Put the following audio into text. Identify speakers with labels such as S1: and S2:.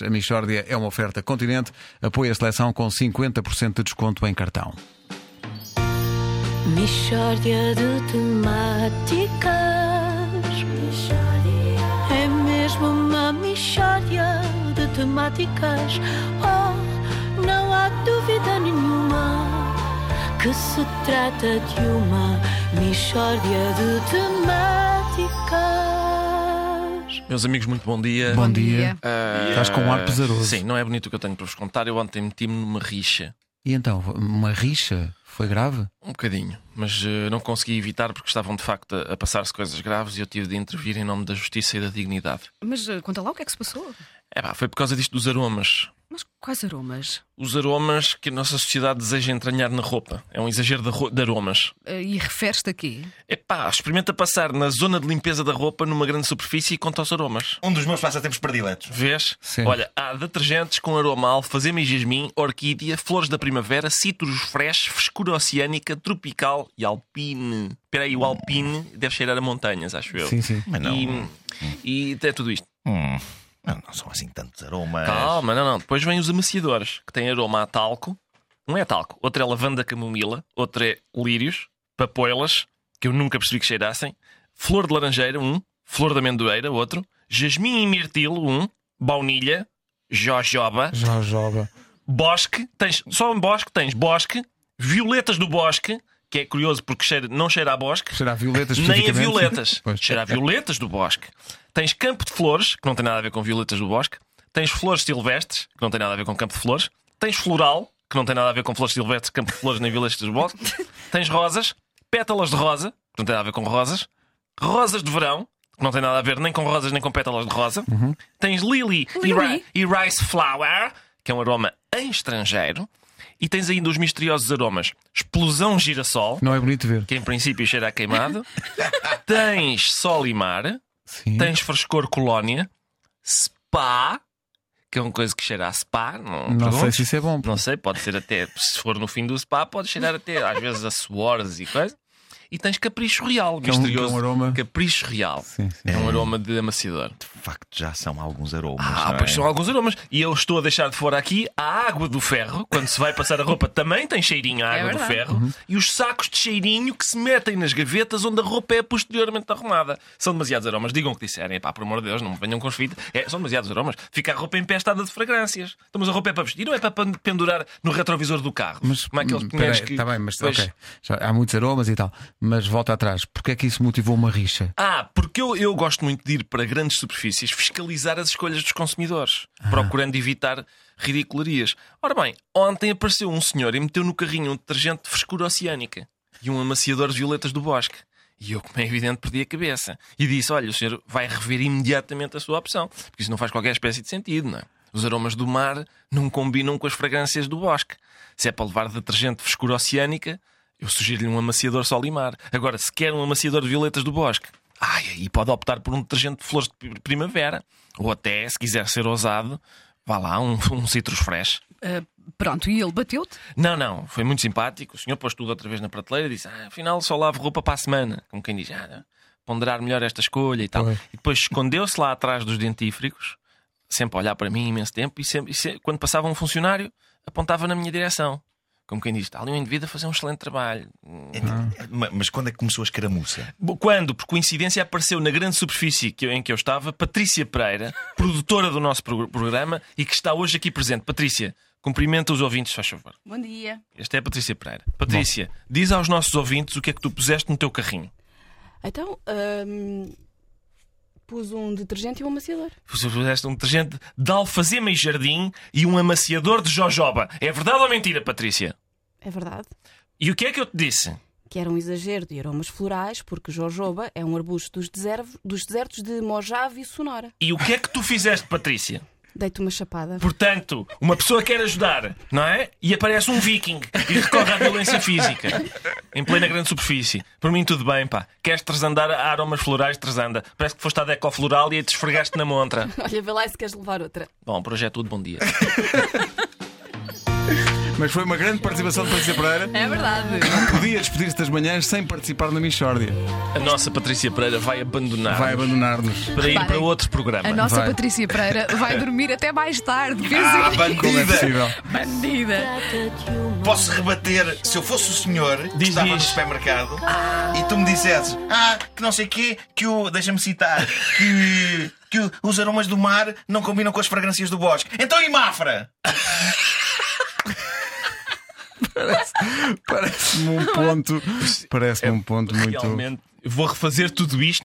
S1: A Michórdia é uma oferta continente. Apoia a seleção com 50% de desconto em cartão.
S2: Mishória de temáticas É mesmo uma mishória de temáticas Oh, não há dúvida nenhuma Que se trata de uma mishória de temáticas
S3: Meus amigos, muito bom dia.
S1: Bom, dia.
S4: dia.
S3: Ah,
S1: Estás com um ar pesaroso.
S3: Sim, não é bonito o que eu tenho para vos contar. Eu ontem meti-me numa rixa,
S1: E então, uma rixa? Foi grave?
S3: um bocadinho, mas eh, não consegui evitar porque estavam de facto a, a passar-se coisas graves e eu tive de intervir em nome da justiça e da dignidade.
S4: Mas eh, conta lá o que é que se passou.
S3: É pá, foi por causa disto dos aromas.
S4: Mas quais aromas?
S3: Os aromas que a nossa sociedade deseja entranhar na roupa. É um exagero de, arro- de aromas.
S4: Eh, E refere-te a quê?
S3: Epá, experimenta passar na zona de limpeza da roupa numa grande superfície e conta os aromas.
S5: Um dos meus passatempos prediletos.
S3: Vês?
S1: Sim.
S3: Olha, há detergentes com aroma alfazema e jasmim, orquídea, flores da primavera, cítrus fresh, frescura oceânica, tropical e alpine. Espera aí, o alpine deve cheirar a montanhas, acho eu.
S1: sim.
S5: Mas não.
S3: E, e é tudo isto.
S5: Hum, não, não são assim tantos aromas.
S3: Calma, não, não. Depois vêm os amaciadores, que têm aroma a talco. Um é talco, outro é lavanda camomila, outro é lírios, papoilas, que eu nunca percebi que cheirassem, flor de laranjeira, um, flor de amendoeira, outro, jasmim e mirtilo, um, baunilha, jojoba,
S1: Já joga.
S3: bosque, tens, só em bosque tens bosque, violetas do bosque, que é curioso porque cheira- não cheira a bosque,
S1: Será violetas
S3: nem a
S1: especificamente?
S3: violetas.
S1: Pois.
S3: Cheira a violetas do bosque. Tens campo de flores, que não tem nada a ver com violetas do bosque. Tens flores silvestres, que não tem nada a ver com campo de flores. Tens floral, que não tem nada a ver com flores silvestres, campo de flores, nem violetas do bosque. Tens rosas, pétalas de rosa, que não tem nada a ver com rosas. Rosas de verão, que não tem nada a ver nem com rosas nem com pétalas de rosa.
S1: Uhum.
S3: Tens lily, e, ri-
S4: Lily.
S3: e rice flower, que é um aroma em estrangeiro. E tens ainda os misteriosos aromas explosão girassol,
S1: Não é bonito ver.
S3: que em princípio cheira a queimado. tens sol e mar,
S1: Sim.
S3: tens frescor colónia, spa, que é uma coisa que cheira a spa, não,
S1: Não sei
S3: perguntes.
S1: se isso é bom.
S3: Não sei, pode ser até, se for no fim do spa, pode cheirar até às vezes a suores e coisa. E tens capricho real,
S1: é um- que é um
S3: misterioso.
S1: aroma-
S3: Capricho real.
S1: Sim, sim.
S3: É um aroma de amaciador.
S5: De facto, já são alguns aromas.
S3: Ah,
S5: não é?
S3: pois são alguns aromas. E eu estou a deixar de fora aqui a água do ferro. Quando se vai passar a roupa também tem cheirinho a
S4: É
S3: água do
S4: verdade.
S3: ferro.
S1: Uhum.
S3: E os sacos de cheirinho que se metem nas gavetas onde a roupa é posteriormente arrumada. São demasiados aromas. Digam o que disserem. Pá, por amor de Deus, não me venham com os fitas. É, são demasiados aromas. Fica a roupa empestada de fragrâncias. Então, mas a roupa é para vestir ou é para pen- pendurar no retrovisor do carro?
S1: Mas,
S3: Como é aqueles
S1: peraí,
S3: pinheiros que...
S1: tá bem, mas
S3: Pois-
S1: ok. Já há muitos aromas e tal. Mas volta atrás. Porquê é que isso motivou uma rixa?
S3: Ah, porque eu, eu gosto muito de ir para grandes superfícies fiscalizar as escolhas dos consumidores, procurando evitar ridicularias. Ora bem, ontem apareceu um senhor e meteu no carrinho um detergente de frescura oceânica e um amaciador de violetas do bosque. E eu, como é evidente, perdi a cabeça. E disse: Olha, o senhor vai rever imediatamente a sua opção, porque isso não faz qualquer espécie de sentido, não é? Os aromas do mar não combinam com as fragrâncias do bosque. Se é para levar detergente de frescura oceânica, eu sugiro-lhe um amaciador solimar. Agora, se quer um amaciador de violetas do bosque, ai, aí pode optar por um detergente de flores de pri- primavera. Ou até, se quiser ser ousado, vá lá, um, um citrus fresh.
S4: Eh, pronto, e ele bateu-te?
S3: Não, não, foi muito simpático. O senhor pôs tudo outra vez na prateleira e disse: ah, afinal só lavo roupa para a semana. Como quem diz, ah, ponderar melhor esta escolha e tal.
S1: Pois.
S3: E depois escondeu-se lá atrás dos dentífricos, sempre a olhar para mim imenso tempo. E, sempre, e se- quando passava um funcionário, apontava na minha direção. Como quem diz, está ali um indivíduo a fazer um excelente trabalho.
S5: É, ma- Mas quando é que começou a escaramuça?
S3: Bo- Quando, por coincidência, apareceu na grande superfície que eu- em que eu estava, Patrícia Pereira, produtora do nosso pro- programa e que está hoje aqui presente. Patrícia, cumprimenta os ouvintes, se faz favor.
S6: Bom dia.
S3: Esta é a Patrícia Pereira. Patrícia, diz aos nossos ouvintes o que é que tu puseste no teu carrinho.
S6: Então, hum, pus um detergente e um amaciador.
S3: Você puseste um detergente de alfazema e jardim e um amaciador de jojoba. É verdade ou mentira, Patrícia?
S6: É verdade.
S3: E o que é que eu te disse?
S6: Que era um exagero de aromas florais, porque jojoba é um arbusto dos, deserv- dos desertos de Mojave e Sonora.
S3: E o que é que tu fizeste, Patrícia?
S6: Deito uma chapada.
S3: Portanto, uma pessoa quer ajudar, não é? E aparece um viking e recorre à violência física em plena grande superfície. Por mim, tudo bem, pá. Queres trasandar a aromas florais, trasanda. Parece que foste à Deco Floral e aí te esfregaste na montra. é
S6: Olha, vê lá se queres levar outra.
S3: Bom, projeto tudo, bom dia.
S1: Mas foi uma grande participação de Patrícia Pereira.
S4: É verdade.
S1: Podia despedir-se das manhãs sem participar na Michórdia.
S3: A nossa Patrícia Pereira vai abandonar
S1: Vai abandonar-nos.
S3: para ir
S4: Reparem,
S3: para outro programa.
S4: A nossa
S1: Vai.
S4: Patrícia Pereira vai dormir até mais tarde. Pensem
S1: Como é possível?
S4: Ah, bandida.
S5: Posso rebater, se eu fosse o senhor que
S3: Diz,
S5: estava no
S3: diz.
S5: supermercado e tu me dissesses, ah, que não sei quê, que o. Deixa-me citar, que. que o- os aromas do mar não combinam com as fragrâncias do bosque. Então e Mafra?
S1: Parece-me um ponto. um Parece-me um ponto muito.
S3: Realmente, vou refazer tudo isto